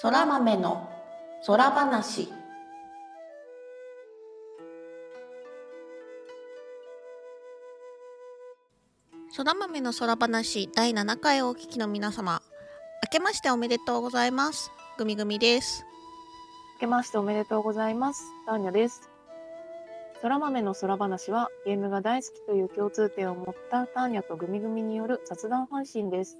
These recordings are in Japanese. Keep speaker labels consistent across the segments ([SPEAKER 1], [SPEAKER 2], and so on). [SPEAKER 1] そら豆の空話そら豆の空話第7回をお聞きの皆様明けましておめでとうございますぐみぐみです
[SPEAKER 2] 明けましておめでとうございます。ターニャです。空豆の空話はゲームが大好きという共通点を持ったターニャとグミグミによる雑談配信です。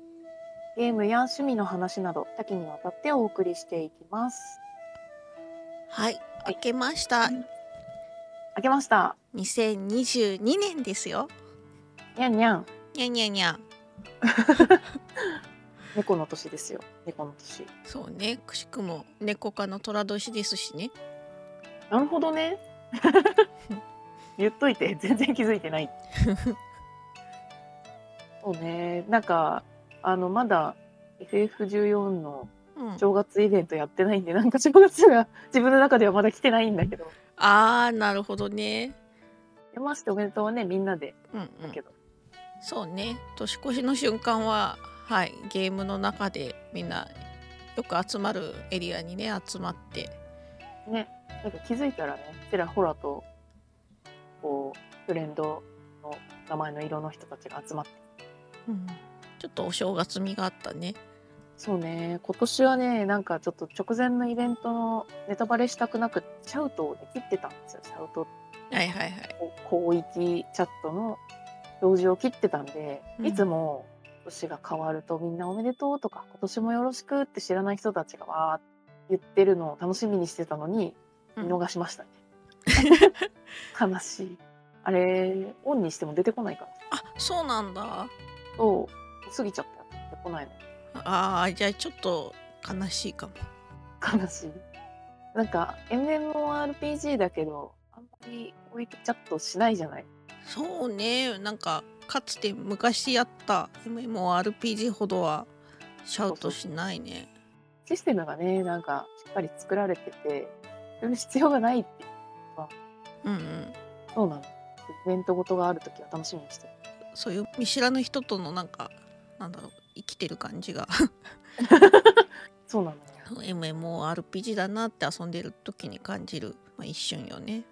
[SPEAKER 2] ゲームや趣味の話など多岐にわたってお送りしていきます。
[SPEAKER 1] はい
[SPEAKER 2] は
[SPEAKER 1] 明
[SPEAKER 2] い
[SPEAKER 1] けました
[SPEAKER 2] 明けました。
[SPEAKER 1] 2022年ですよ
[SPEAKER 2] にゃんにゃん。
[SPEAKER 1] にゃんにゃんにゃん
[SPEAKER 2] 猫の年ですよ。猫の年。
[SPEAKER 1] そうねくしくも猫科の虎年ですしね
[SPEAKER 2] なるほどね。言っといて全然気づいてない。そうね。なんかあのまだ FF14 の
[SPEAKER 1] うん
[SPEAKER 2] 正月イベントやってないんでなんか正月が 自分の中ではまだ来てないんだけど
[SPEAKER 1] あーなるほどね
[SPEAKER 2] 出ましておめでとうはねみんなで
[SPEAKER 1] うんう
[SPEAKER 2] だ
[SPEAKER 1] ん
[SPEAKER 2] けど、
[SPEAKER 1] そうね年越しの瞬間は、はい、ゲームの中でみんなよく集まるエリアにね集まって
[SPEAKER 2] ねなんか気づいたらねちらほらとこうフレンドの名前の色の人たちが集まって
[SPEAKER 1] ちょっとお正月味があったね
[SPEAKER 2] そうね今年はねなんかちょっと直前のイベントのネタバレしたくなくシャウトをね切ってたんですよシャウト
[SPEAKER 1] はいはいはい
[SPEAKER 2] 広域チャットの表示を切ってたんで、
[SPEAKER 1] うん
[SPEAKER 2] いつも年が変わるとみんなおめでとうとか今年もよろしくって知らない人たちがわーって言ってるのを楽しみにしてたのに
[SPEAKER 1] うん
[SPEAKER 2] 見逃しました ね、悲しいあれオンにしても出てこないから
[SPEAKER 1] あそうなんだ
[SPEAKER 2] そう過ぎちゃった出てこない
[SPEAKER 1] あーじゃあちょっと悲しいかも
[SPEAKER 2] の悲しいなんか MMORPG だけどあんまり広域チャットしないじゃない
[SPEAKER 1] そうねなんかかつて昔やった MMORPG ほどはシャウトしないね
[SPEAKER 2] システムがね、なんか、しっかり作られてて、する必要がないって、
[SPEAKER 1] うんうん
[SPEAKER 2] そうなの。イベントごとがあるときは楽しみにしてる。
[SPEAKER 1] そういう見知らぬ人とのなんかなんだろう生きてる感じが
[SPEAKER 2] そうなのよ。
[SPEAKER 1] MMORPG だなって遊んでる時に感じる、まあ、一瞬よね。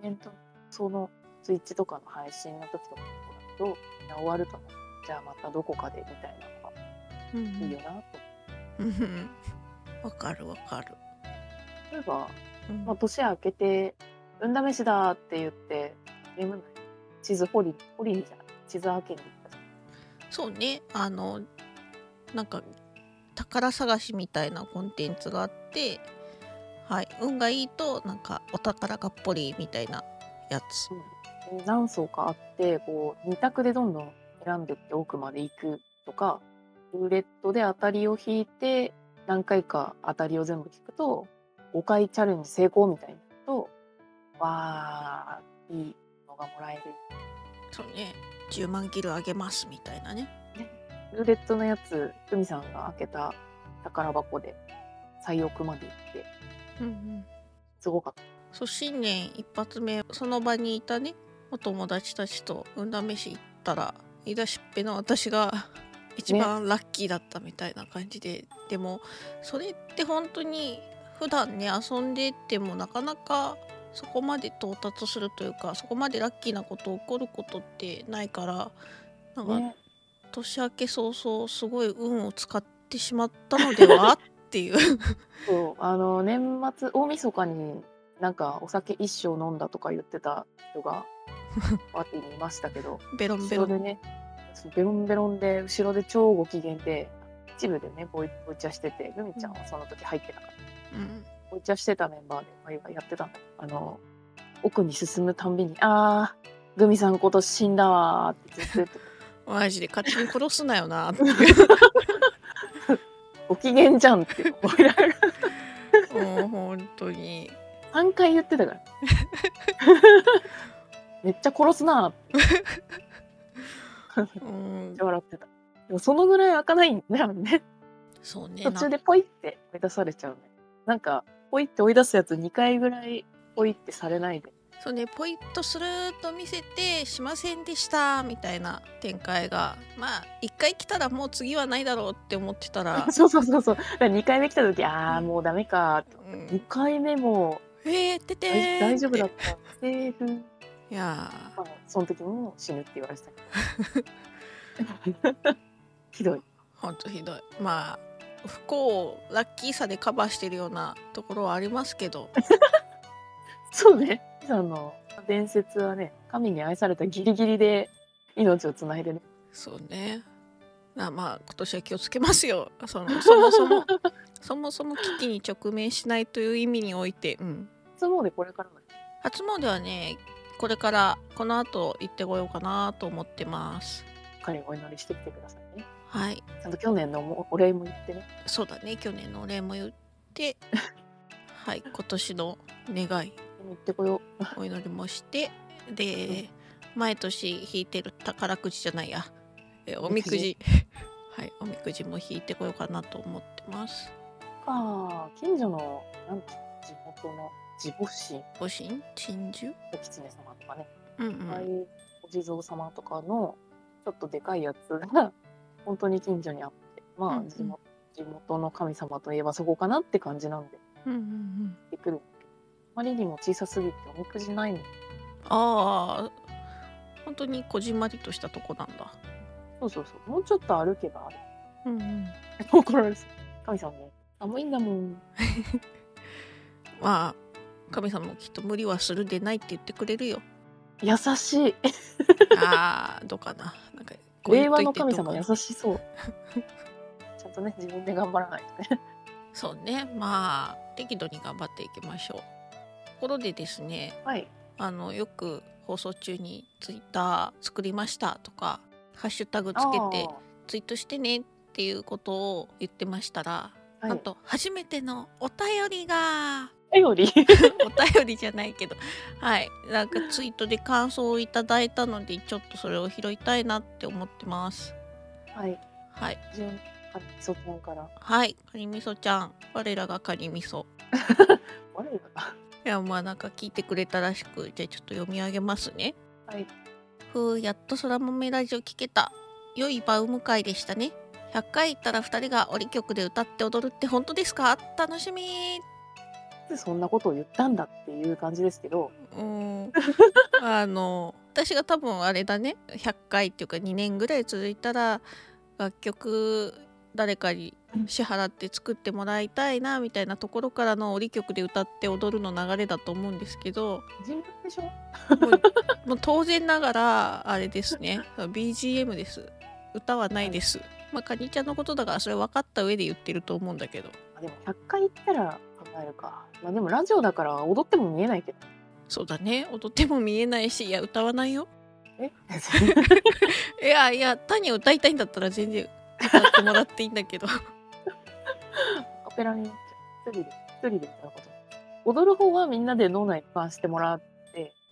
[SPEAKER 2] イベント、その、ツイッチとかの配信のときとかもそうだけど、みんな終わるとね、じゃあまたどこかでみたいなのがいいよなと。
[SPEAKER 1] うん わかるわかる。
[SPEAKER 2] 例えば、
[SPEAKER 1] うん
[SPEAKER 2] まあ、年明けて、運試しだって言って、ゲーム内、地図掘り、掘りにじゃない地図開けに行ったじゃん
[SPEAKER 1] そうねあのなんか宝探しみたいなコンテンツがあって、はい、運がいいとなんかお宝がっぽりみたいなやつ。
[SPEAKER 2] で何層かあってこう2択でどんどん選んでって奥まで行くとかルーレットで当たりを引いて何回か当たりを全部聞くと5回チャレンジ成功みたいになるとわーいいのがもらえる
[SPEAKER 1] そうね10万キルあげますみたいなね。
[SPEAKER 2] ルーレットのやつ久美さんが開けた宝箱で最奥まで行って
[SPEAKER 1] うんうん、
[SPEAKER 2] すごかった
[SPEAKER 1] そう新年一発目その場にいたねお友達たちと運試し行ったら言い出しっぺの私が 一番ラッキーだったみたいな感じで、でもそれって本当に普段ね遊んでてもなかなかそこまで到達するというかそこまでラッキーなこと起こることってないからなんか、
[SPEAKER 2] ね
[SPEAKER 1] 年明け早々すごい運を使ってしまったのではっていう。
[SPEAKER 2] そうあの年末大晦日になんかお酒一升飲んだとか言ってた 人がパーティーにいましたけど
[SPEAKER 1] ベロンベ
[SPEAKER 2] 後ろ
[SPEAKER 1] ロ
[SPEAKER 2] で
[SPEAKER 1] ン
[SPEAKER 2] ねそうベロンベロンで後ろで超ご機嫌で一部でねボイボイチャしててグミちゃんはその時入ってなかった
[SPEAKER 1] うん
[SPEAKER 2] ボイチャしてたメンバーでワイワイやってたんだあの奥に進むたんびに「あーグミさん今年死んだわ」ってずっと言って た
[SPEAKER 1] マジで勝手に殺すなよなって
[SPEAKER 2] ご機嫌じゃんって思いながら
[SPEAKER 1] もう本当に
[SPEAKER 2] 3回言っ てたからめっちゃ殺すなーって
[SPEAKER 1] うん
[SPEAKER 2] 笑ってた。でもそのぐらい開かないんだよね。
[SPEAKER 1] そうね
[SPEAKER 2] 途中でポイって追い出されちゃうね。なんか、ポイって追い出すやつ2回ぐらいポイってされないで。、
[SPEAKER 1] なそうねポイッとスルーッと見せてしませんでしたみたいな展開がまあ1回来たらもう次はないだろうって思ってたら
[SPEAKER 2] そうそうそうそう。だから二回目来た時、ああもうダメか。
[SPEAKER 1] うん
[SPEAKER 2] 二回目も
[SPEAKER 1] えー、てて
[SPEAKER 2] 大
[SPEAKER 1] ー
[SPEAKER 2] 大丈夫だ
[SPEAKER 1] っ
[SPEAKER 2] った。セーフ。
[SPEAKER 1] ていや
[SPEAKER 2] まあその時も死ぬって言われて た。ひどい。
[SPEAKER 1] ーほんとひどいまあ不幸をラッキーさでカバーしてるようなところはありますけど
[SPEAKER 2] そうね。あの伝説はね、神に愛されたギリギリで命をつないでね。
[SPEAKER 1] そうねあまあ今年は気をつけますよそのそもそも そもそも危機に直面しないという意味においてうん
[SPEAKER 2] 初詣これからの
[SPEAKER 1] 初詣はねこれからこの後行ってこようかなと思ってます
[SPEAKER 2] 彼をお祈りしてきてくださいね。
[SPEAKER 1] はい
[SPEAKER 2] ちゃんと去年のもお礼も言ってね。
[SPEAKER 1] そうだね去年のお礼も言ってはい今年の願い
[SPEAKER 2] 言ってこよう。
[SPEAKER 1] お祈りもしてで毎年引いてる宝くじじゃないやえおみくじ はいおみくじも引いてこようかなと思ってます
[SPEAKER 2] か近所のなんて地元の地母神
[SPEAKER 1] 戊辰珍獣
[SPEAKER 2] お狐様とかね、
[SPEAKER 1] うんう
[SPEAKER 2] ああい
[SPEAKER 1] ん
[SPEAKER 2] うお地蔵様とかのちょっとでかいやつが 本当に近所にあってまあ、
[SPEAKER 1] うんうん
[SPEAKER 2] 地元地元の神様といえばそこかなって感じなんで
[SPEAKER 1] うんうんうん
[SPEAKER 2] 行ってくるんだけどあまりにも小さすぎておみくじないの
[SPEAKER 1] ああ本当にこじんまりとしたとこなんだ
[SPEAKER 2] そうそうそうもうちょっと歩けばある
[SPEAKER 1] う んうん
[SPEAKER 2] 怒られる神様も寒いんだもん
[SPEAKER 1] まあ神様もきっと無理はするでないって言ってくれるよ。
[SPEAKER 2] 優 しい
[SPEAKER 1] ああどうかな。なんかこう
[SPEAKER 2] 令
[SPEAKER 1] 言っ
[SPEAKER 2] 和
[SPEAKER 1] とい
[SPEAKER 2] の
[SPEAKER 1] てどう
[SPEAKER 2] 神
[SPEAKER 1] かな
[SPEAKER 2] 様優しそう ちゃんとね自分で頑張らないとね
[SPEAKER 1] そうね。まあ適度に頑張っていきましょう。ところでですね、
[SPEAKER 2] はい
[SPEAKER 1] あのよく放送中にツイッター作りましたとかハッシュタグつけてツイートしてねっていうことを言ってましたら、
[SPEAKER 2] あー
[SPEAKER 1] なんと初めてのお便りが
[SPEAKER 2] はい、より
[SPEAKER 1] お便りじゃないけどはいなんかツイートで感想をいただいたのでちょっとそれを拾いたいなって思ってます
[SPEAKER 2] はい
[SPEAKER 1] はい
[SPEAKER 2] 順あそこから
[SPEAKER 1] はいかりみそちゃん我らがかりみそ
[SPEAKER 2] 我らが
[SPEAKER 1] いやまあなんか聞いてくれたらしくじゃあちょっと読み上げますね
[SPEAKER 2] はい
[SPEAKER 1] ふうやっとそら豆ラジオ聞けた良いバウム会でしたね100回行ったら2人が折曲で歌って踊るって本当ですか楽しみ
[SPEAKER 2] でそんなことを言ったんだっていう感じですけど
[SPEAKER 1] うーんあの私が多分あれだね100回っていうか2年ぐらい続いたら楽曲誰かに支払って作ってもらいたいなみたいなところからの折り曲で歌って踊るの流れだと思うんですけど
[SPEAKER 2] 人分でしょ
[SPEAKER 1] もうもう当然ながらあれですね BGM です歌はないです、まあカニちゃんのことだからそれ分かった上で言ってると思うんだけど
[SPEAKER 2] あでも100回言ったら考えるかまあでもラジオだから踊っても見えないけど
[SPEAKER 1] そうだね踊っても見えないしいや歌わないよ
[SPEAKER 2] え
[SPEAKER 1] いやいや単に歌いたいんだったら全然歌ってもらっていいんだ けど
[SPEAKER 2] アカペラになっちゃう一人で一人で歌うこと踊る方はみんなで脳内パンしてもらう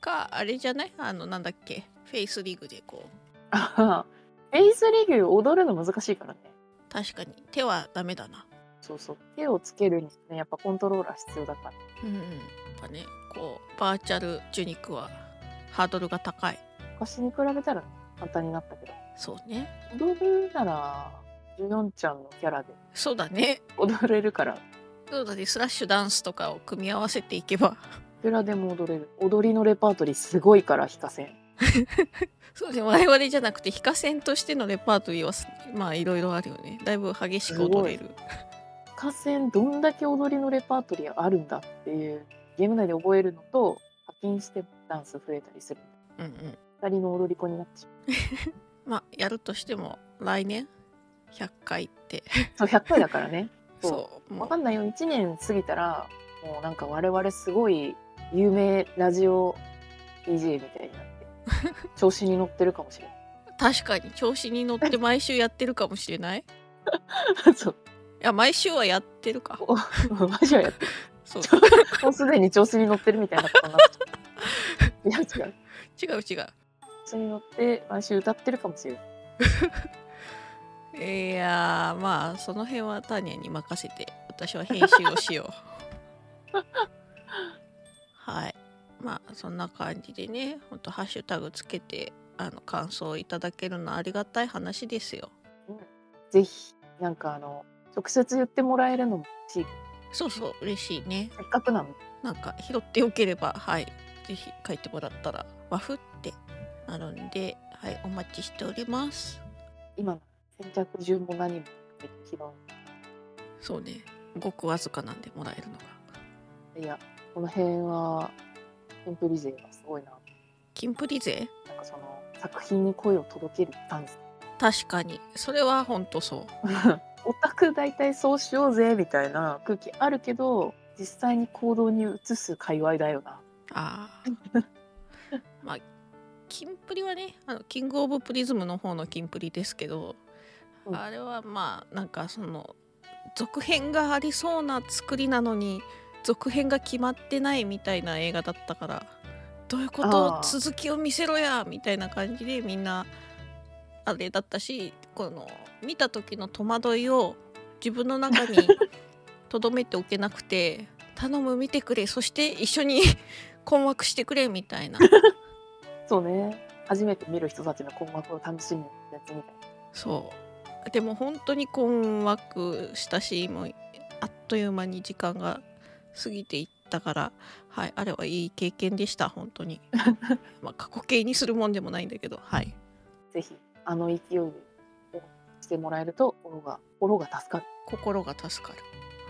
[SPEAKER 1] かあれじゃないあのなんだっけフェイスリグでこう
[SPEAKER 2] あははフェイスリグ踊るの難しいからね
[SPEAKER 1] 確かに手はダメだな
[SPEAKER 2] そうそう手をつけるにはねやっぱコントローラー必要だから
[SPEAKER 1] うんうんやっぱねこうバーチャル受肉はハードルが高い
[SPEAKER 2] 昔に比べたら簡単になったけど
[SPEAKER 1] そうね
[SPEAKER 2] 踊るなら14ちゃんのキャラで
[SPEAKER 1] そうだね
[SPEAKER 2] 踊れるからい
[SPEAKER 1] そうだねスラッシュダンスとかを組み合わせていけば
[SPEAKER 2] くらでも踊れる踊りのレパートリーすごいから非課せん
[SPEAKER 1] そうね我々じゃなくて非化線としてのレパートリーはすまあいろいろあるよねだいぶ激しく踊れる
[SPEAKER 2] 非課せんどんだけ踊りのレパートリーあるんだっていうゲーム内で覚えるのと課金してダンス増えたりする
[SPEAKER 1] うんうん
[SPEAKER 2] 二人の踊り子になってし
[SPEAKER 1] ま
[SPEAKER 2] ま
[SPEAKER 1] あやるとしても来年100回って
[SPEAKER 2] うそう100回だからねそ
[SPEAKER 1] そう
[SPEAKER 2] う
[SPEAKER 1] も
[SPEAKER 2] 分
[SPEAKER 1] う
[SPEAKER 2] かんないよ1年過ぎたらもうなんか我々すごい有名ラジオ DJ みたいになって調子に乗ってるかもしれな
[SPEAKER 1] 確かに調子に乗って毎週やってるかもしれないい
[SPEAKER 2] い そう
[SPEAKER 1] や毎週はやってるか
[SPEAKER 2] おマジはやっ
[SPEAKER 1] そう
[SPEAKER 2] もうすでに調子に乗ってるみたいなことになっちゃう。いや
[SPEAKER 1] 違
[SPEAKER 2] 違う。
[SPEAKER 1] う違う
[SPEAKER 2] 調子に乗って毎週歌ってるかもしれない。
[SPEAKER 1] いやーまあその辺はターニャに任せて私は編集をしようはいまあそんな感じでねほんとハッシュタグつけてあの感想いただけるのありがたい話ですよ
[SPEAKER 2] ぜひなんかあの直接言ってもらえるのも嬉しい
[SPEAKER 1] そうそう嬉しいね
[SPEAKER 2] せっかくなので
[SPEAKER 1] なんか拾ってよければはいぜひ書いてもらったら和風ってなるんではいお待ちしております
[SPEAKER 2] 今の先着順も何も拾
[SPEAKER 1] そうねごくわずかなんでもらえるのが
[SPEAKER 2] ういやこの辺はコンプリ勢がすごいな
[SPEAKER 1] キンプリ勢
[SPEAKER 2] なんかその作品に声を届けるダンス
[SPEAKER 1] 確かにそれはほんとそう
[SPEAKER 2] オタク大体そうしようぜみたいな空気あるけど実際に行動に移す界隈だよな
[SPEAKER 1] あーまあキンプリはねあのキングオブプリズムの方のキンプリですけど、
[SPEAKER 2] うん
[SPEAKER 1] あれはまあなんかその続編がありそうな作りなのに続編が決まってないみたいな映画だったからどういうこ
[SPEAKER 2] あ
[SPEAKER 1] と
[SPEAKER 2] ー
[SPEAKER 1] 続きを見せろやみたいな感じでみんなあれだったしこの見た時の戸惑いを自分の中 にとどめておけなくて頼む見てくれそして一緒に 困惑してくれみたいな
[SPEAKER 2] そうね初めて見る人たちの困惑を楽しむやつみたい
[SPEAKER 1] そうでも本当に困惑したしもうあっという間に時間が過ぎていったから、はい、あれはいい経験でした本当 に、まあ、過去形にするもんでもないんだけどはい
[SPEAKER 2] なぜひあの勢いをしてもらえると心が心が助かる
[SPEAKER 1] 心が助かる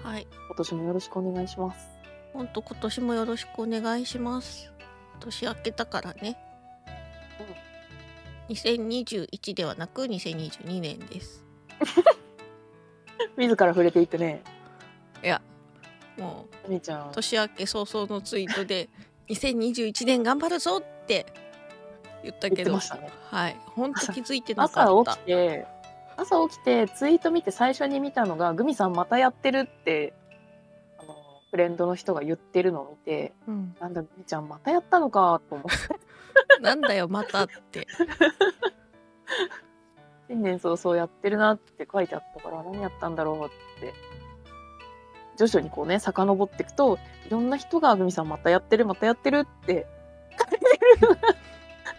[SPEAKER 1] はい
[SPEAKER 2] 今年もよろしくお願いします
[SPEAKER 1] 本当今年もよろしくお願いします年明けたからね2021ではなく2022年です
[SPEAKER 2] 自ら触れていってね
[SPEAKER 1] いやもう
[SPEAKER 2] みーちゃん
[SPEAKER 1] 年明け早々のツイート で「2021年頑張るぞ!」って言った
[SPEAKER 2] 言
[SPEAKER 1] け
[SPEAKER 2] って
[SPEAKER 1] ど
[SPEAKER 2] ましたね
[SPEAKER 1] はい本当気づいてな
[SPEAKER 2] 朝
[SPEAKER 1] かっ
[SPEAKER 2] 起
[SPEAKER 1] た
[SPEAKER 2] きて朝起きてツイート見て最初に見たのが「グミさんまたやってる」ってあのフレンドの人が言ってるのを見て
[SPEAKER 1] うん
[SPEAKER 2] なんだグミちゃんまたやったのかと思って
[SPEAKER 1] なんだよまたって
[SPEAKER 2] 新年早々やってるなって書いてあったから何やったんだろうって徐々にこうね遡っていくといろんな人が「グミさんまたやってるまたやってる」って 書いてるのが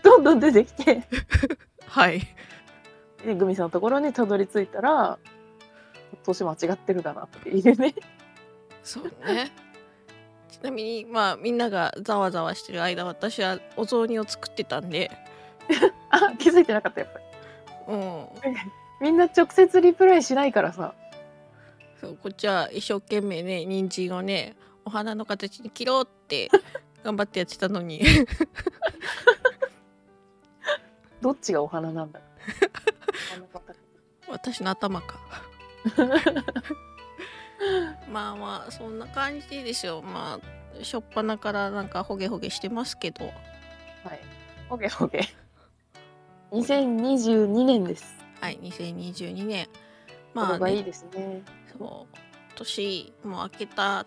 [SPEAKER 2] どんどん出てきて
[SPEAKER 1] はい
[SPEAKER 2] でグミさんのところにたどり着いたら年間違ってるかなっていうね
[SPEAKER 1] そうねちなみにまあみんながざわざわしてる間私はお雑煮を作ってたんで
[SPEAKER 2] あ気づいてなかったやっぱり。
[SPEAKER 1] うん
[SPEAKER 2] みんな直接リプライしないからさ
[SPEAKER 1] そうこっちは一生懸命ね人参をねお花の形に切ろうって頑張ってやってたのに
[SPEAKER 2] どっちがお花なんだあの方
[SPEAKER 1] 私の頭かまあまあそんな感じでですよまあ初っ端からなんかホゲホゲしてますけど
[SPEAKER 2] はいオッケーオッケー2022年です
[SPEAKER 1] はい2022年
[SPEAKER 2] ま
[SPEAKER 1] ま
[SPEAKER 2] あ、
[SPEAKER 1] あ、
[SPEAKER 2] がいい
[SPEAKER 1] ね、
[SPEAKER 2] ですね
[SPEAKER 1] そう年も明けた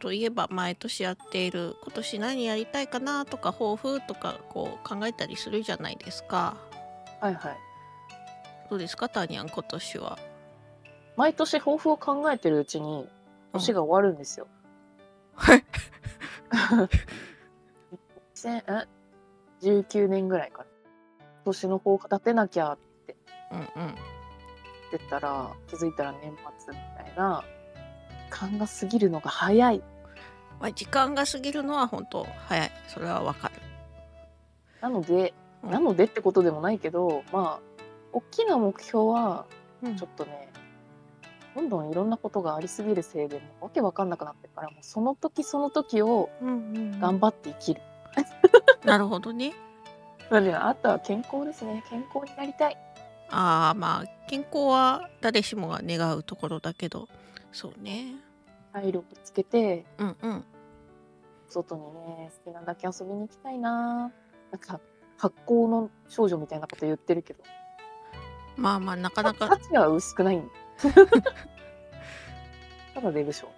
[SPEAKER 1] といえば毎年やっている今年何やりたいかなとか抱負とかこう考えたりするじゃないですか。
[SPEAKER 2] はいはい
[SPEAKER 1] どうですかターニャン今年は。
[SPEAKER 2] 毎年抱負を考えてるうちに年が終わるんですよ、
[SPEAKER 1] はい
[SPEAKER 2] 千 え19年ぐらいから今年の抱負立てなきゃっ
[SPEAKER 1] うんうん。
[SPEAKER 2] てったら気づいたら年末みたいな勘が過ぎるのが早い
[SPEAKER 1] まあ時間が過ぎるのは本当早い。それはわかる。
[SPEAKER 2] なので、
[SPEAKER 1] うん
[SPEAKER 2] なのでってことでもないけどまあ大きな目標は
[SPEAKER 1] うん
[SPEAKER 2] ちょっとね、どんどんいろんなことがありすぎるせいで、もうわけわかんなくなってるから、もうその時その時を
[SPEAKER 1] うんうん
[SPEAKER 2] 頑張って生きる。
[SPEAKER 1] なるほどね。
[SPEAKER 2] なんであとは健康ですね。健康になりたい。
[SPEAKER 1] ああまあ健康は誰しもが願うところだけどそうね。
[SPEAKER 2] 体力つけて、
[SPEAKER 1] うんうん。
[SPEAKER 2] 外にね、好きなだけ遊びに行きたいな。なんか、発酵の少女みたいなこと言ってるけど、
[SPEAKER 1] まあまあなかなか
[SPEAKER 2] 価値は薄くないん ただ出るでしょ。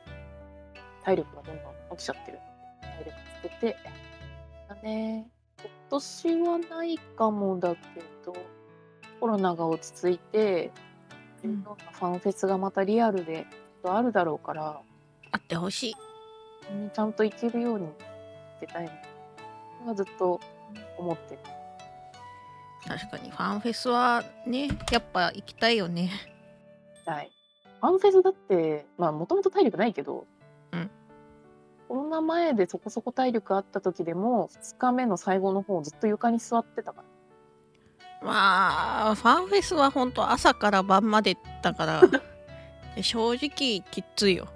[SPEAKER 2] 体力がどんどん落ちちゃってる。体力つけて。だね。今年はないかもだけど、コロナが落ち着いて、
[SPEAKER 1] う
[SPEAKER 2] い
[SPEAKER 1] ん
[SPEAKER 2] ろんなファンフェスがまたリアルできっとあるだろうから、
[SPEAKER 1] あってほしい。
[SPEAKER 2] ちゃんと行けるようにてたいなのはずっと思ってる
[SPEAKER 1] 確かにファンフェスはねやっぱ行きたいよね
[SPEAKER 2] はいファンフェスだってまあもともと体力ないけど、
[SPEAKER 1] うん
[SPEAKER 2] コロナ前でそこそこ体力あった時でも2日目の最後の方ずっと床に座ってたから
[SPEAKER 1] まあファンフェスは本当朝から晩までだから正直きついよ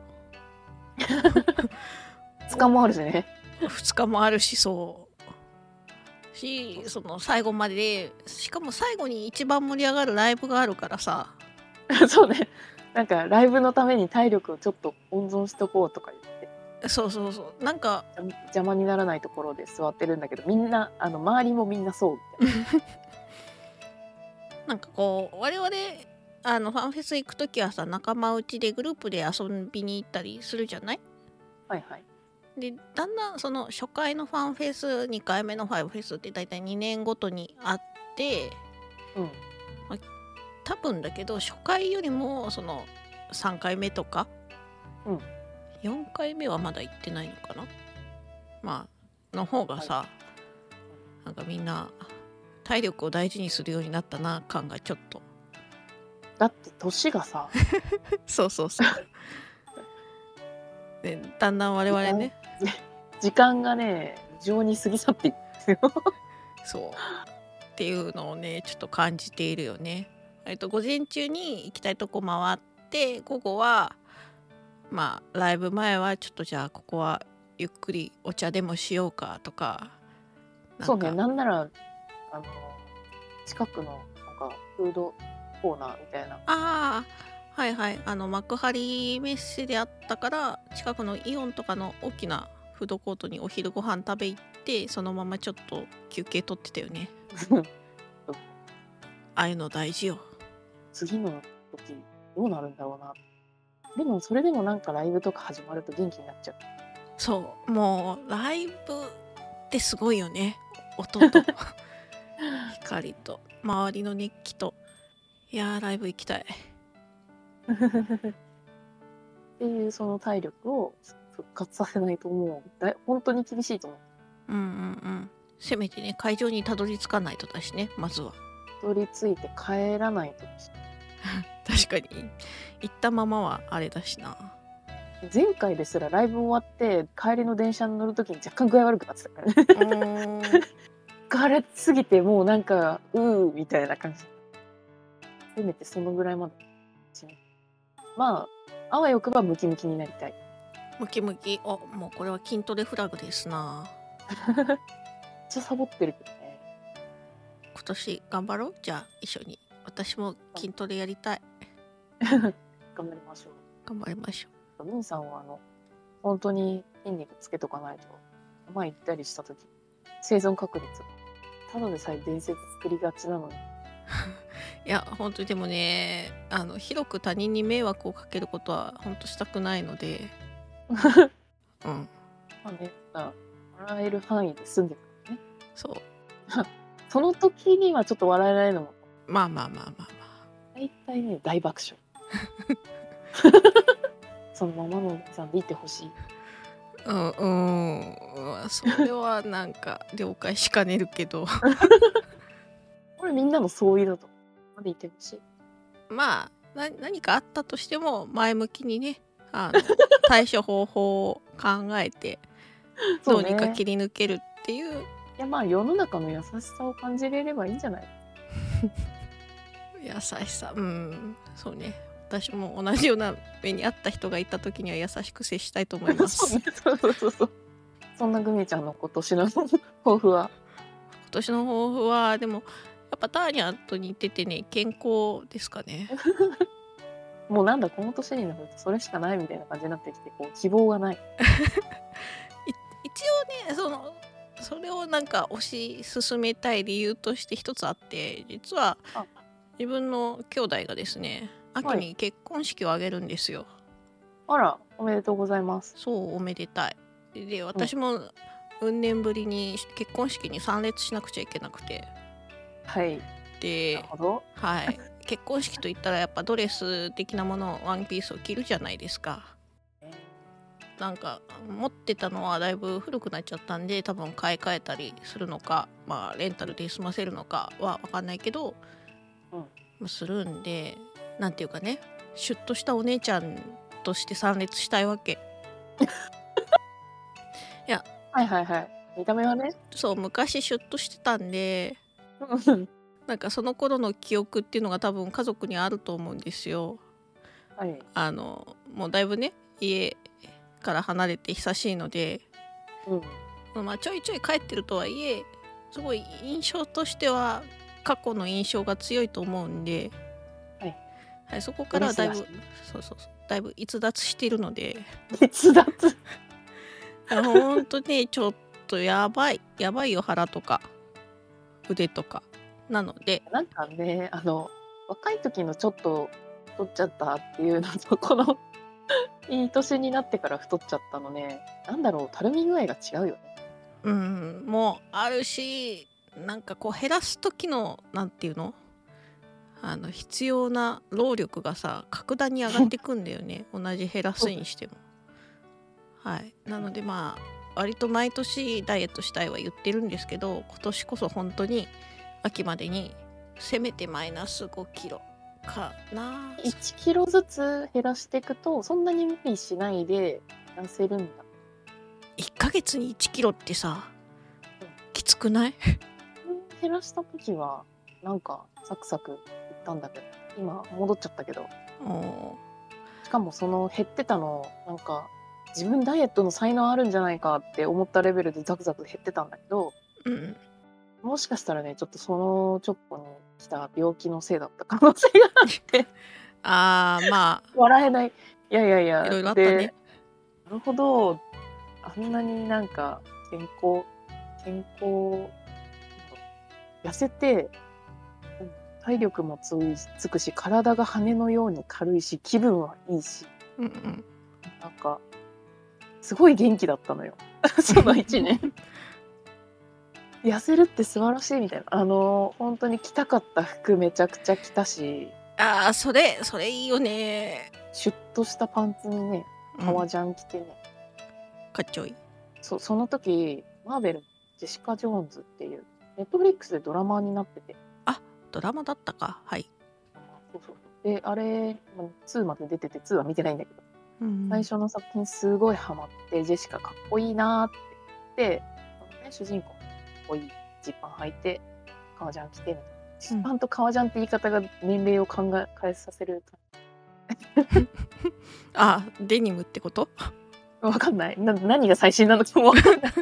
[SPEAKER 2] 2日もあるしね
[SPEAKER 1] 2日もあるしそうしその最後まででしかも最後に一番盛り上がるライブがあるからさ
[SPEAKER 2] そうねなんかライブのために体力をちょっと温存しとこうとか言って
[SPEAKER 1] そうそうそうなんか
[SPEAKER 2] 邪邪魔にならないところで座ってるんだけどみんなあの周りもみんなそうみたいな
[SPEAKER 1] なんかこう我々あのファンフェス行く時はさ仲間内でグループで遊びに行ったりするじゃない
[SPEAKER 2] はいはい
[SPEAKER 1] でだんだんその初回のファンフェス2回目のファンフェスって大体2年ごとにあって
[SPEAKER 2] うん
[SPEAKER 1] 多分だけど初回よりもその3回目とか、
[SPEAKER 2] うん
[SPEAKER 1] 4回目はまだ行ってないのかなまあの方がさ、なんかみんな体力を大事にするようになったな感がちょっと
[SPEAKER 2] だって年がさ
[SPEAKER 1] そうそう そうでだんだん我々ね
[SPEAKER 2] 時間がね異常に過ぎ去っていくよ
[SPEAKER 1] そうっていうのをねちょっと感じているよね。えっと午前中に行きたいとこ回って午後はまあライブ前はちょっとじゃあここはゆっくりお茶でもしようかとかなんか
[SPEAKER 2] そうねなんならあの近くのなんかフードコーナーみたいな
[SPEAKER 1] あ あはいはいあの幕張メッセであったから近くのイオンとかの大きなフードコートにお昼ご飯食べ行ってそのままちょっと休憩取ってたよね。ああいうの大事よ。
[SPEAKER 2] 次の時どうなるんだろうなでもそれでもなんかライブとか始まると元気になっちゃう
[SPEAKER 1] そうもうライブってすごいよね音 と光と周りの熱気といやーライブ行きたい
[SPEAKER 2] っていうその体力を復活させないともうだい本当に厳しいと思う
[SPEAKER 1] うんうんうんせめてね会場にたどり着かないとだしねまずは
[SPEAKER 2] 取りついて帰らないと
[SPEAKER 1] 確かに行ったままはあれだ しな
[SPEAKER 2] 前回ですらライブ終わって帰りの電車に乗る時に若干具合悪くなってたからね疲れすぎてもうなんかうーみたいな感じせめてそのぐらいまでしないまああわよくばムキムキになりたい
[SPEAKER 1] ムキムキおもうこれは筋トレフラグですな
[SPEAKER 2] めっちゃサボってるけどね
[SPEAKER 1] 今年頑張ろうじゃあ一緒に私も筋トレやりたい
[SPEAKER 2] 頑張りましょ
[SPEAKER 1] 頑張りましょ
[SPEAKER 2] うムンさんはあの本当に筋肉つけとかないと前行ったりした時生存確率ただでさえ伝説作りがちなのに
[SPEAKER 1] ういや本当にでもねあの広く他人に迷惑をかけることは本当したくないのでうん
[SPEAKER 2] まあね、まあ笑える範囲で済んでるからね。
[SPEAKER 1] そう
[SPEAKER 2] その時にはちょっと笑えないのも、
[SPEAKER 1] まあまあまあまあまあ
[SPEAKER 2] 大体ね、大爆笑。 そのままのおじさんでいてほしい。
[SPEAKER 1] うんうんうんそれはなんか 了解しかねるけど
[SPEAKER 2] これみんなの相違だと思う。までいてほしい。
[SPEAKER 1] まあな何かあったとしても前向きにねあの対処方法を考えてどうにか
[SPEAKER 2] い
[SPEAKER 1] 切り抜けるっていう
[SPEAKER 2] やまあ世の中の優しさを感じれればいいんじゃない
[SPEAKER 1] 優しさうんそうね私も同じような目に遭った人がいた時には優しく接したいと思います、
[SPEAKER 2] そうねそうそうそうそう。そんなグミちゃんの今年の抱負は。
[SPEAKER 1] 今年の抱負はでもやっぱターニャと似ててね健康ですかね
[SPEAKER 2] もうなんだこの年になるとそれしかないみたいな感じになってきてこう希望がない
[SPEAKER 1] 一応ねそのそれをなんか推し進めたい理由として一つあって実は
[SPEAKER 2] あ
[SPEAKER 1] 自分の兄弟がですね秋に結婚式を挙げるんですよ、
[SPEAKER 2] あらおめでとうございます
[SPEAKER 1] そうおめでたいで私も運年ぶりに結婚式に参列しなくちゃいけなくて
[SPEAKER 2] はいな
[SPEAKER 1] で
[SPEAKER 2] る、ほど
[SPEAKER 1] はい、結婚式といったらやっぱドレス的なものをワンピースを着るじゃないですか。なんか持ってたのはだいぶ古くなっちゃったんで多分買い替えたりするのか、まあ、レンタルで済ませるのかは分かんないけど、
[SPEAKER 2] うん
[SPEAKER 1] まあするんでなんていうかねシュッとしたお姉ちゃんとして参列したいわけ
[SPEAKER 2] はいはいはい。見た目はね。
[SPEAKER 1] そう昔シュッとしてたんでなんかその頃の記憶っていうのが多分家族にあると思うんですよ。
[SPEAKER 2] はい。
[SPEAKER 1] あのもうだいぶね家から離れて久しいので、
[SPEAKER 2] うん。
[SPEAKER 1] まあ、ちょいちょい帰ってるとはいえすごい印象としては過去の印象が強いと思うんで、
[SPEAKER 2] はい
[SPEAKER 1] はいそこからはだいぶ
[SPEAKER 2] そ
[SPEAKER 1] そう
[SPEAKER 2] う
[SPEAKER 1] そうそうだいぶ逸脱しているの で
[SPEAKER 2] 逸脱。
[SPEAKER 1] いやほんとねちょっとやばいやばいよ腹とか腕とかなので
[SPEAKER 2] なんかね、あの、若い時のちょっと太っちゃったっていうの と、このいい年になってから太っちゃったのね、なんだろう、たるみ具合が違うよね。
[SPEAKER 1] うんもうあるしなんかこう減らす時のなんていうのあの必要な労力がさ格段に上がってくんだよね同じ減らすにしても。はい、なのでまあ割と毎年ダイエットしたいは言ってるんですけど今年こそ本当に秋までにせめてマイナス5キロかな。
[SPEAKER 2] 1キロずつ減らしていくと、そんなに無理しないで痩せるんだ。
[SPEAKER 1] 1ヶ月に1キロってさきつくない
[SPEAKER 2] 減らした時は、なんかサクサクいったんだけど、今戻っちゃったけど、
[SPEAKER 1] おー
[SPEAKER 2] しかもその減ってたの、なんか、自分ダイエットの才能あるんじゃないかって思ったレベルでザクザク減ってたんだけど、
[SPEAKER 1] うん
[SPEAKER 2] もしかしたらね、ちょっとその直後に来た病気のせいだった可能性が あって、
[SPEAKER 1] あーま
[SPEAKER 2] 笑えない。いやいやいや、
[SPEAKER 1] あいろいろあったね
[SPEAKER 2] で。なるほど、あんなになんか健康、健康、痩せて、うん体力もついつくし、体が羽のように軽いし、気分はいいし、
[SPEAKER 1] うんうん
[SPEAKER 2] なんか、すごい元気だっ たのよ。その1年。 痩せるって素晴らしいみたいな。あの、本当に着たかった服めちゃくちゃ着たし、
[SPEAKER 1] ああそれそれいいよね
[SPEAKER 2] シュッとしたパンツにね、
[SPEAKER 1] う
[SPEAKER 2] 革
[SPEAKER 1] ん
[SPEAKER 2] ジャン着てね、
[SPEAKER 1] かっちょいい
[SPEAKER 2] そその時、マーベル、ジェシカ・ジョーンズっていう、ネットフリックスでドラマになってて、
[SPEAKER 1] ドラマだったかはい、
[SPEAKER 2] そうそうそうで、あれ、まあ2まで出てて、2は見てないんだけど、
[SPEAKER 1] うん
[SPEAKER 2] 最初の作品すごいハマってジェシカかっこいいなーって言って、そのね、主人公かっこいいジーパン履いて革ジャン着てみたいなジーパンと革ジャンって言い方が年齢を考え返させる
[SPEAKER 1] あデニムってこと
[SPEAKER 2] わかんないな何が最新な のかもわかんない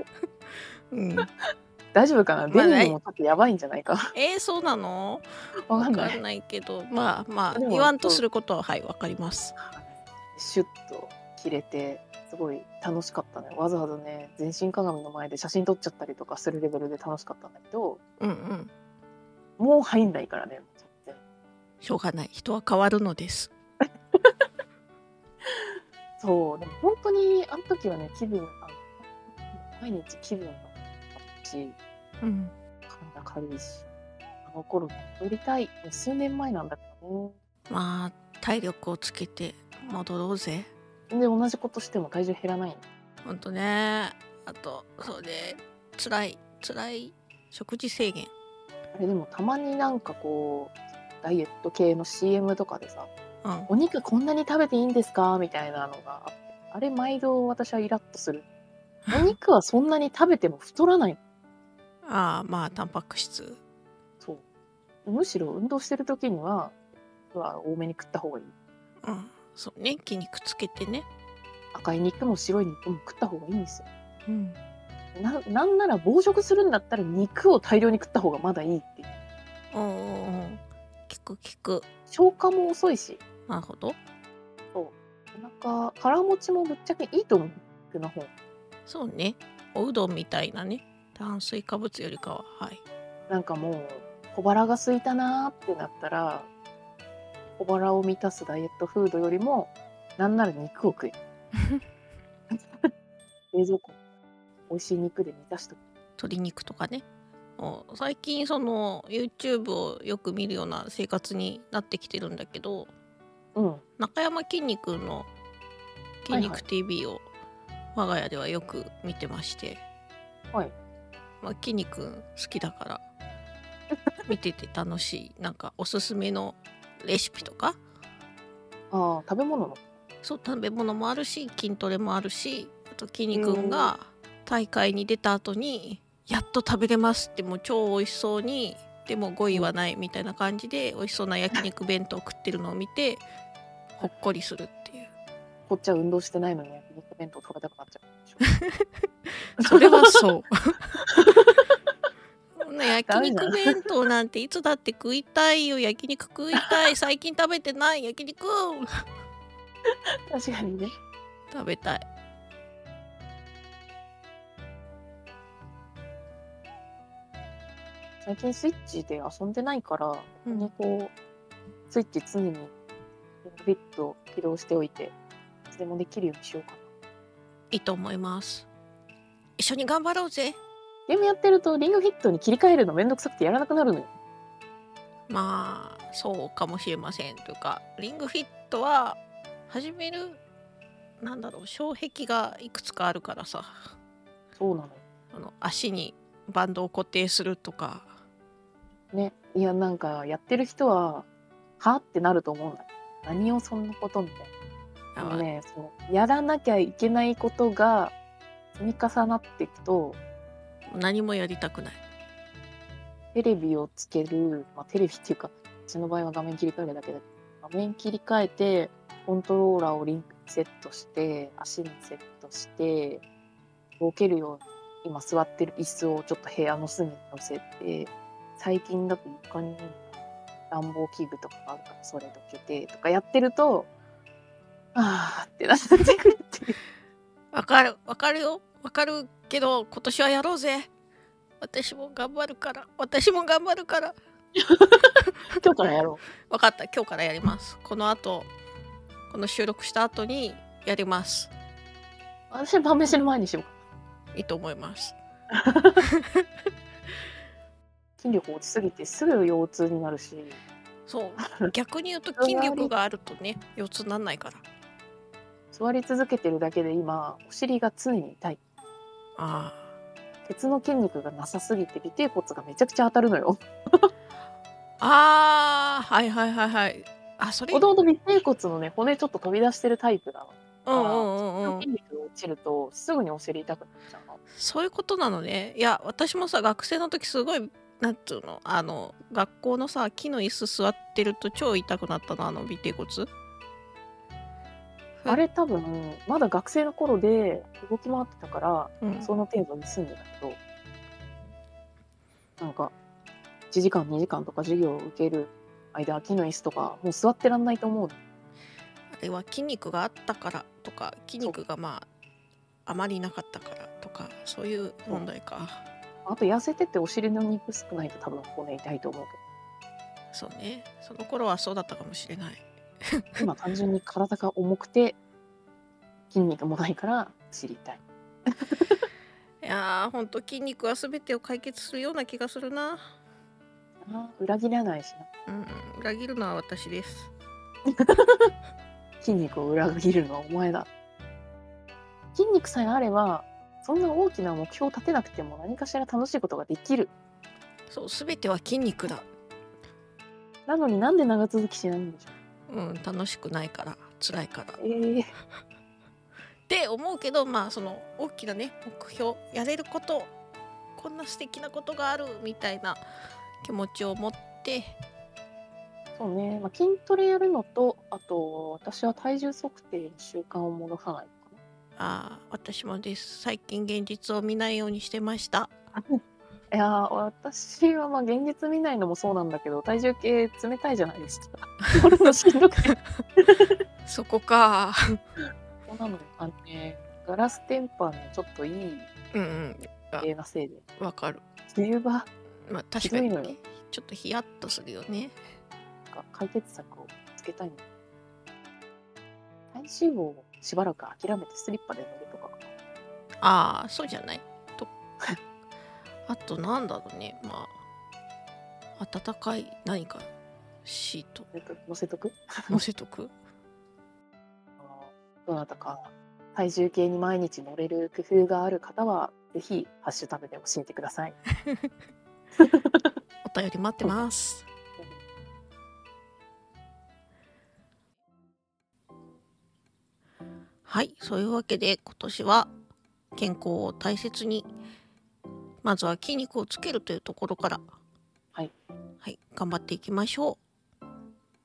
[SPEAKER 1] うん
[SPEAKER 2] 大丈夫かな
[SPEAKER 1] まあ
[SPEAKER 2] デニムもちょっとやばいんじゃないか
[SPEAKER 1] えー、そうなの
[SPEAKER 2] わかん
[SPEAKER 1] わ
[SPEAKER 2] な
[SPEAKER 1] か
[SPEAKER 2] い
[SPEAKER 1] んないけどまあまあ
[SPEAKER 2] でも
[SPEAKER 1] 言わんとすることははいわかります
[SPEAKER 2] シュッと着れてすごい楽しかったねわざわざね全身鏡の前で写真撮っちゃったりとかするレベルで楽しかったんだけど
[SPEAKER 1] うんうん
[SPEAKER 2] もう入んないからね全然
[SPEAKER 1] しょうがない人は変わるのです
[SPEAKER 2] そう、でも本当にあの時はね、気分、あ毎日気分がいいし、
[SPEAKER 1] うん
[SPEAKER 2] 体軽いし、あの頃戻りたい、もう数年前なんだけど
[SPEAKER 1] まあ体力をつけて戻ろうぜ
[SPEAKER 2] ね。で、同じことしても体重減らない。
[SPEAKER 1] ほんとねあとそうね辛い辛い食事制限
[SPEAKER 2] あれでもたまになんかこう、ダイエット系の CM とかでさ、
[SPEAKER 1] うん
[SPEAKER 2] お肉こんなに食べていいんですかみたいなのがあって、あれ毎度私はイラッとする。お肉はそんなに食べても太らない。
[SPEAKER 1] ああまあタンパク質
[SPEAKER 2] そう。むしろ運動してる時には、は多めに食った方がいい。
[SPEAKER 1] うんそうね筋肉つけてね
[SPEAKER 2] 赤い肉も白い肉も食った方がいいんですよ。
[SPEAKER 1] うん
[SPEAKER 2] ななんなら暴食するんだったら肉を大量に食った方がまだいいっていう
[SPEAKER 1] おうんうんうん聞く聞く
[SPEAKER 2] 消化も遅いし
[SPEAKER 1] なるほど
[SPEAKER 2] お腹腹持ちもぶっちゃけいいと思う肉の方
[SPEAKER 1] そうねおうどんみたいなね炭水化物よりかは はい
[SPEAKER 2] なんかもう小腹が空いたなーってなったら小腹を満たすダイエットフードよりもなんなら肉を食え冷蔵庫美味しい肉で満たしとく
[SPEAKER 1] 鶏肉とかねお最近その YouTube をよく見るような生活になってきてるんだけど
[SPEAKER 2] うん
[SPEAKER 1] 中山きんに君の「筋肉 TV」を我が家ではよく見てまして
[SPEAKER 2] はい
[SPEAKER 1] まあ、きにくん好きだから 見てて楽しいなんかおすすめのレシピとか
[SPEAKER 2] ああ食べ物の
[SPEAKER 1] そう食べ物もあるし筋トレもあるしあときにくんが大会に出た後にやっと食べれますってもう超美味しそうにでも語彙はないみたいな感じで美味しそうな焼肉弁当食ってるのを見てほっこりするっていう
[SPEAKER 2] こっちは運動してないのに焼肉弁当食べたくなっちゃうんでし ょ
[SPEAKER 1] それはそうこんな焼肉弁当なんていつだって食いたいよ焼肉食いたい最近食べてない焼肉
[SPEAKER 2] 確かにね
[SPEAKER 1] 食べたい
[SPEAKER 2] 最近スイッチで遊んでないから、
[SPEAKER 1] うん
[SPEAKER 2] ねこうスイッチ常にビットを起動しておいていつでもできるようにしようかない
[SPEAKER 1] いと思います一緒に頑張ろうぜ
[SPEAKER 2] ゲームやってるとリングヒットに切り替えるのめんどくさくてやらなくなるのよ
[SPEAKER 1] まあそうかもしれませんというかリングフィットは始めるなんだろう障壁がいくつかあるからさ
[SPEAKER 2] そうなの
[SPEAKER 1] あの足にバンドを固定するとか
[SPEAKER 2] ねいやなんかやってる人ははってなると思うんだ何をそんなことみたいなでもねそのやらなきゃいけないことが積み重なっていくと
[SPEAKER 1] 何もやりたくない
[SPEAKER 2] テレビをつける、まあ、テレビっていうかうちの場合は画面切り替えるだけだけど画面切り替えてコントローラーをリンクにセットして足にセットして動けるように今座ってる椅子をちょっと部屋の隅に乗せて最近だと床に暖房器具とかがあるからそれどけてとかやってるとあーってなってくるっていう
[SPEAKER 1] わかるわかるよわかるけど今年はやろうぜ私も頑張るから私も頑張るから
[SPEAKER 2] 今日からやろ
[SPEAKER 1] わかった今日からやりますこの後この収録した後にやります
[SPEAKER 2] う私は晩飯の前にしようか
[SPEAKER 1] いいと思います
[SPEAKER 2] 筋力落ちすぎてすぐ腰痛になるし
[SPEAKER 1] そう逆に言うと筋力があるとね腰痛になんないから
[SPEAKER 2] 座り続けてるだけで今お尻が常に痛い
[SPEAKER 1] あ
[SPEAKER 2] 鉄の筋肉がなさすぎて尾てい骨がめちゃくちゃ当たるのよ
[SPEAKER 1] ーあーはいはいはいはいあそれう
[SPEAKER 2] も
[SPEAKER 1] んう
[SPEAKER 2] ともと尾てい骨のね骨ちょっと飛び出してるタイプなの
[SPEAKER 1] んうんう
[SPEAKER 2] その
[SPEAKER 1] ん
[SPEAKER 2] 筋肉が落ちるとすぐにお尻痛くなっちゃうの
[SPEAKER 1] そういうことなのねいや私もさ学生の時すごいなんつうのあの学校のさ木の椅子座ってると超痛くなったのあの尾てい骨
[SPEAKER 2] あれ多分まだ学生の頃で動き回ってたから
[SPEAKER 1] うん
[SPEAKER 2] その程度に済んでたけどなんか1時間2時間とか授業を受ける間木の椅子とかもう座ってらんないと思うの
[SPEAKER 1] あれは筋肉があったからとか筋肉がまああまりなかったからとかそういう問題か
[SPEAKER 2] あと痩せててお尻の肉少ないと多分骨痛いと思うけど
[SPEAKER 1] そうねその頃はそうだったかもしれない
[SPEAKER 2] 今単純に体が重くて筋肉もないから知りたい
[SPEAKER 1] いやーほんと筋肉は全てを解決するような気がするな
[SPEAKER 2] な裏切らないしな
[SPEAKER 1] うん裏切るのは私です
[SPEAKER 2] 筋肉を裏切るのはお前だ筋肉さえあればそんな大きな目標を立てなくても何かしら楽しいことができる
[SPEAKER 1] そう全ては筋肉だ
[SPEAKER 2] なのになんで長続きしないんでしょ
[SPEAKER 1] うん楽しくないから辛いからっ
[SPEAKER 2] うええ
[SPEAKER 1] て思うけどまあその大きなね目標やれることこんな素敵なことがあるみたいな気持ちを持って
[SPEAKER 2] そうね、まあ、筋トレやるのとあと私は体重測定の習慣を戻さないのか
[SPEAKER 1] あー私もです最近現実を見ないようにしてました
[SPEAKER 2] ないやー私はまあ現実見ないのもそうなんだけど体重計冷たいじゃないですか これもしんどくて
[SPEAKER 1] そこか
[SPEAKER 2] そうなのよあのね、ガラス天板のちょっといい
[SPEAKER 1] うんうん
[SPEAKER 2] 映画せいで、
[SPEAKER 1] わかる
[SPEAKER 2] 冬場なん
[SPEAKER 1] まあ確かに
[SPEAKER 2] ひどいの
[SPEAKER 1] ね
[SPEAKER 2] よ
[SPEAKER 1] ちょっとヒヤッとするよね
[SPEAKER 2] か解決策をつけたいの。体脂肪をしばらく諦めてスリッパで乗るとかかな
[SPEAKER 1] ああそうじゃない とあとなんだろうねまあ温かい何かシート
[SPEAKER 2] 乗せと乗せとく
[SPEAKER 1] 乗せとく
[SPEAKER 2] どなたか体重計に毎日乗れる工夫がある方はぜひハッシュタグで教えてください。
[SPEAKER 1] お便り待ってます。はい、そういうわけで今年は健康を大切にまずは筋肉をつけるというところから、
[SPEAKER 2] はい
[SPEAKER 1] はい、頑張っていきましょ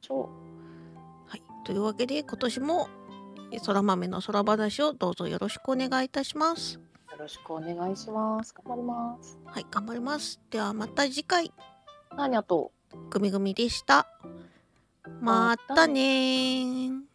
[SPEAKER 2] 超
[SPEAKER 1] う。はい、というわけで今年もそら豆の空話をどうぞよろしくお願いいたします。
[SPEAKER 2] よろしくお願いします。頑張ります。
[SPEAKER 1] はい、頑張ります。ではまた次回、
[SPEAKER 2] 何あと。
[SPEAKER 1] グミグミでした。またねー。